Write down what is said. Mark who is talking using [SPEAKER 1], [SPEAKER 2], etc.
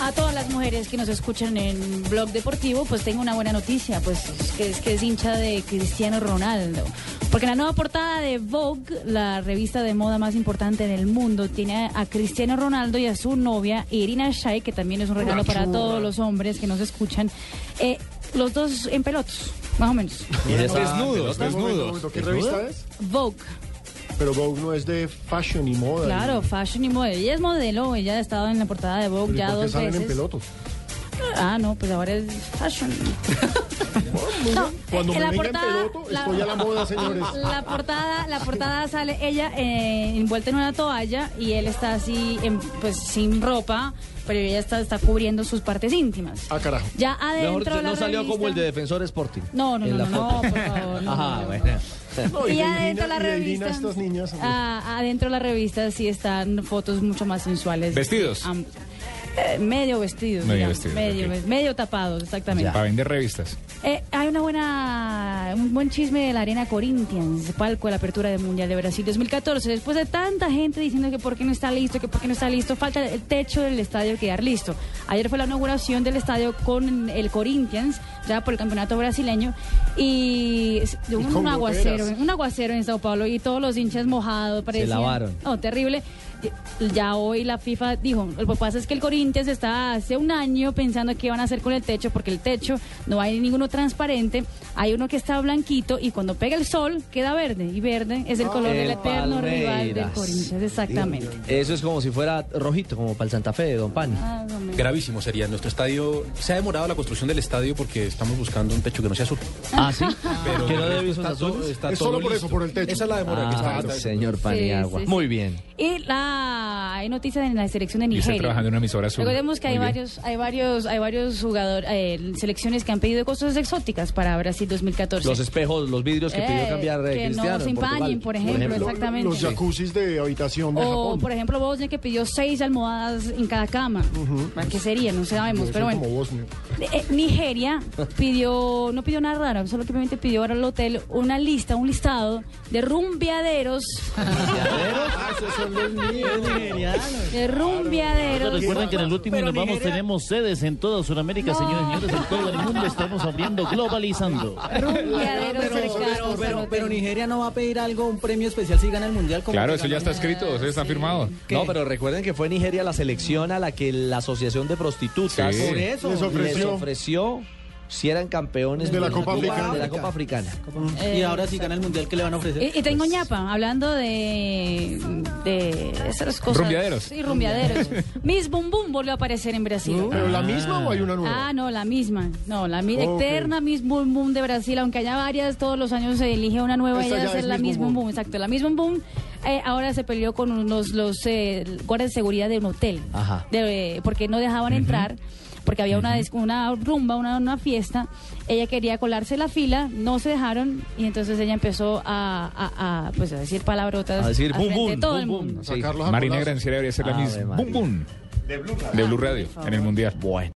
[SPEAKER 1] A todas las mujeres que nos escuchan en Blog Deportivo, pues tengo una buena noticia, pues es que es que es hincha de Cristiano Ronaldo. Porque la nueva portada de Vogue, la revista de moda más importante en el mundo, tiene a Cristiano Ronaldo y a su novia Irina Shayk, que también es un regalo para todos los hombres que nos escuchan, eh, los dos en pelotos, más o menos.
[SPEAKER 2] Desnudos,
[SPEAKER 3] Un
[SPEAKER 2] desnudos.
[SPEAKER 3] momento, ¿Qué revista es?
[SPEAKER 1] Vogue.
[SPEAKER 3] Pero Vogue no es de fashion y moda.
[SPEAKER 1] Claro, fashion y modelo. Ella es modelo, ella ha estado en la portada de Vogue
[SPEAKER 3] Pero ¿y
[SPEAKER 1] ya
[SPEAKER 3] por qué
[SPEAKER 1] dos
[SPEAKER 3] salen en
[SPEAKER 1] veces.
[SPEAKER 3] pelotos?
[SPEAKER 1] Ah, no, pues ahora es fashion. No,
[SPEAKER 3] Cuando
[SPEAKER 1] eh,
[SPEAKER 3] me venga en peloto, estoy a la moda, señores.
[SPEAKER 1] La portada, la portada sale ella eh, envuelta en una toalla y él está así, en- pues sin ropa, pero ella está, está cubriendo sus partes íntimas.
[SPEAKER 3] Ah, carajo.
[SPEAKER 1] Ya
[SPEAKER 2] Mejor
[SPEAKER 1] adentro
[SPEAKER 2] dicho,
[SPEAKER 1] de la
[SPEAKER 2] no salió
[SPEAKER 1] revista-
[SPEAKER 2] como el de Defensor Sporting.
[SPEAKER 1] No, no,
[SPEAKER 2] en
[SPEAKER 1] no,
[SPEAKER 2] la
[SPEAKER 1] no, no,
[SPEAKER 2] foto.
[SPEAKER 1] por favor. no, no,
[SPEAKER 2] Ajá,
[SPEAKER 1] no.
[SPEAKER 2] bueno.
[SPEAKER 3] No, y
[SPEAKER 1] Y
[SPEAKER 3] de
[SPEAKER 1] adentro de la
[SPEAKER 3] Irina- y de Irina,
[SPEAKER 1] revista.
[SPEAKER 3] estas niñas.
[SPEAKER 1] Ah, adentro de la revista sí están fotos mucho más sensuales.
[SPEAKER 4] ¿Vestidos?
[SPEAKER 1] Ambos. Eh, medio vestidos,
[SPEAKER 4] Medio
[SPEAKER 1] digamos,
[SPEAKER 4] vestidos,
[SPEAKER 1] medio,
[SPEAKER 4] ok.
[SPEAKER 1] medio tapados, exactamente.
[SPEAKER 4] Para vender revistas.
[SPEAKER 1] Eh, hay una buena, un buen chisme de la Arena Corinthians, palco de la apertura del Mundial de Brasil 2014. Después de tanta gente diciendo que por qué no está listo, que por qué no está listo, falta el techo del estadio quedar listo. Ayer fue la inauguración del estadio con el Corinthians, ya por el campeonato brasileño, y s- hubo
[SPEAKER 3] con
[SPEAKER 1] un aguacero,
[SPEAKER 3] goteras.
[SPEAKER 1] un aguacero en Sao Paulo y todos los hinchas mojados. parecían-
[SPEAKER 2] lavaron.
[SPEAKER 1] No, terrible. Ya hoy la FIFA dijo, lo que pasa es que el Corinthians está hace un año pensando qué van a hacer con el techo, porque el techo no hay ninguno transparente, hay uno que está blanquito y cuando pega el sol queda verde, y verde es el color del eterno rival del
[SPEAKER 2] Palmeiras.
[SPEAKER 1] Corinthians, exactamente.
[SPEAKER 2] Eso es como si fuera rojito, como para el Santa Fe de Don Pani.
[SPEAKER 1] Más o menos.
[SPEAKER 5] Gravísimo sería. Nuestro estadio se ha demorado la construcción del estadio porque estamos buscando un techo que no sea azul.
[SPEAKER 2] Ah, sí.
[SPEAKER 5] Pero
[SPEAKER 2] ¿Que no de visos
[SPEAKER 5] está todo-
[SPEAKER 2] azules?
[SPEAKER 5] está
[SPEAKER 3] Es
[SPEAKER 5] todo
[SPEAKER 3] solo por eso,
[SPEAKER 5] listo.
[SPEAKER 3] por el techo.
[SPEAKER 5] Esa es la demora que está.
[SPEAKER 2] Ah,
[SPEAKER 5] está-
[SPEAKER 2] señor Paniagua.
[SPEAKER 1] sí, sí.
[SPEAKER 2] Muy bien.
[SPEAKER 1] Y la hay noticias en la selección de
[SPEAKER 4] Y
[SPEAKER 1] Nigeria.
[SPEAKER 4] estoy trabajando en una emisora azul.
[SPEAKER 1] Recordemos que hay
[SPEAKER 4] Muy bien.
[SPEAKER 1] varios, hay varios, hay varios jugadores, eh, selecciones que han pedido cosas exóticas para Brasil 2014.
[SPEAKER 2] Los espejos, los vidrios que
[SPEAKER 1] Eh,
[SPEAKER 2] pidió cambiar eh,
[SPEAKER 1] que
[SPEAKER 2] Cristiano.
[SPEAKER 1] no se
[SPEAKER 2] en Portugal.
[SPEAKER 1] empañen, por ejemplo, exactamente.
[SPEAKER 3] Los jacuzzis de habitación de
[SPEAKER 1] O,
[SPEAKER 3] Japón.
[SPEAKER 1] por ejemplo, Bosnia que pidió seis almohadas en cada cama. ¿Qué sería? No
[SPEAKER 3] Yo
[SPEAKER 1] sabemos,
[SPEAKER 3] soy
[SPEAKER 1] pero bueno.
[SPEAKER 3] como Bosnia.
[SPEAKER 1] Eh, Nigeria pidió, no pidió nada raro, solo que simplemente pidió ahora al hotel una lista, un listado de rumbiaderos,
[SPEAKER 3] Ah, esos son los míos.
[SPEAKER 1] de rumbiaderos.
[SPEAKER 6] Recuerden que en el último
[SPEAKER 7] Pero
[SPEAKER 6] nos vamos,
[SPEAKER 7] Nigeria-
[SPEAKER 6] tenemos sedes en toda Sudamérica, señores y señores, en todo el mundo estamos abriendo, globalizando.
[SPEAKER 1] Rumbiaderos
[SPEAKER 7] Pero,
[SPEAKER 1] cercados
[SPEAKER 7] pero,
[SPEAKER 1] al
[SPEAKER 7] pero-
[SPEAKER 1] hotel.
[SPEAKER 7] pero Nigeria no va a pedir algo, un premio especial si gana el mundial. como
[SPEAKER 4] Claro,
[SPEAKER 7] que
[SPEAKER 4] eso
[SPEAKER 7] ganó.
[SPEAKER 4] ya está escrito, eso está firmado.
[SPEAKER 2] No, pero recuerden que fue Nigeria la selección a la que la Asociación de Prostitutas
[SPEAKER 4] Sí.
[SPEAKER 7] Por eso.
[SPEAKER 3] Les
[SPEAKER 2] les
[SPEAKER 3] ofreció.
[SPEAKER 2] ofreció si eran campeones
[SPEAKER 3] De la Copa Africana.
[SPEAKER 2] de la Copa Africana.
[SPEAKER 7] Y ahora si gana el mundial, ¿qué le van a ofrecer?
[SPEAKER 1] Y, y tengo ñapa, hablando de, de esas cosas.
[SPEAKER 4] Rumbiaderos.
[SPEAKER 1] Sí, rumbiaderos. Miss Bum Bum volvió a aparecer en Brasil.
[SPEAKER 3] ¿Pero la misma o hay una nueva?
[SPEAKER 1] Ah, no, la misma. No, la mi-
[SPEAKER 3] Ok.
[SPEAKER 1] eterna Miss Boom Boom de Brasil, aunque haya varias, todos los años se elige una nueva y
[SPEAKER 3] Esta
[SPEAKER 1] ella va a
[SPEAKER 3] ya
[SPEAKER 1] ser
[SPEAKER 3] es
[SPEAKER 1] la
[SPEAKER 3] Miss
[SPEAKER 1] Miss
[SPEAKER 3] Boom
[SPEAKER 1] Boom
[SPEAKER 3] Boom.
[SPEAKER 1] Boom, exacto, la Miss Boom Boom. eh, ahora se peleó con unos, los eh, guardias de seguridad de un hotel,
[SPEAKER 2] Ajá.
[SPEAKER 1] de- eh, porque no dejaban entrar. Porque había una, dis- una rumba, una, una fiesta. Ella quería colarse la fila, no se dejaron. Y entonces ella empezó a, a- a, pues, a decir palabrotas.
[SPEAKER 2] A decir,
[SPEAKER 1] al
[SPEAKER 2] "Bum,
[SPEAKER 1] frente de
[SPEAKER 2] bum,
[SPEAKER 1] todo
[SPEAKER 2] bum,
[SPEAKER 1] el
[SPEAKER 2] bum".
[SPEAKER 1] mundo.
[SPEAKER 3] Sacarlos a
[SPEAKER 4] Marina
[SPEAKER 3] golazos.
[SPEAKER 4] Granciera debería ser la
[SPEAKER 2] Ave
[SPEAKER 4] misma.
[SPEAKER 2] María.
[SPEAKER 4] Boom, boom. De Blue Radio. en el Mundial.
[SPEAKER 2] Bueno.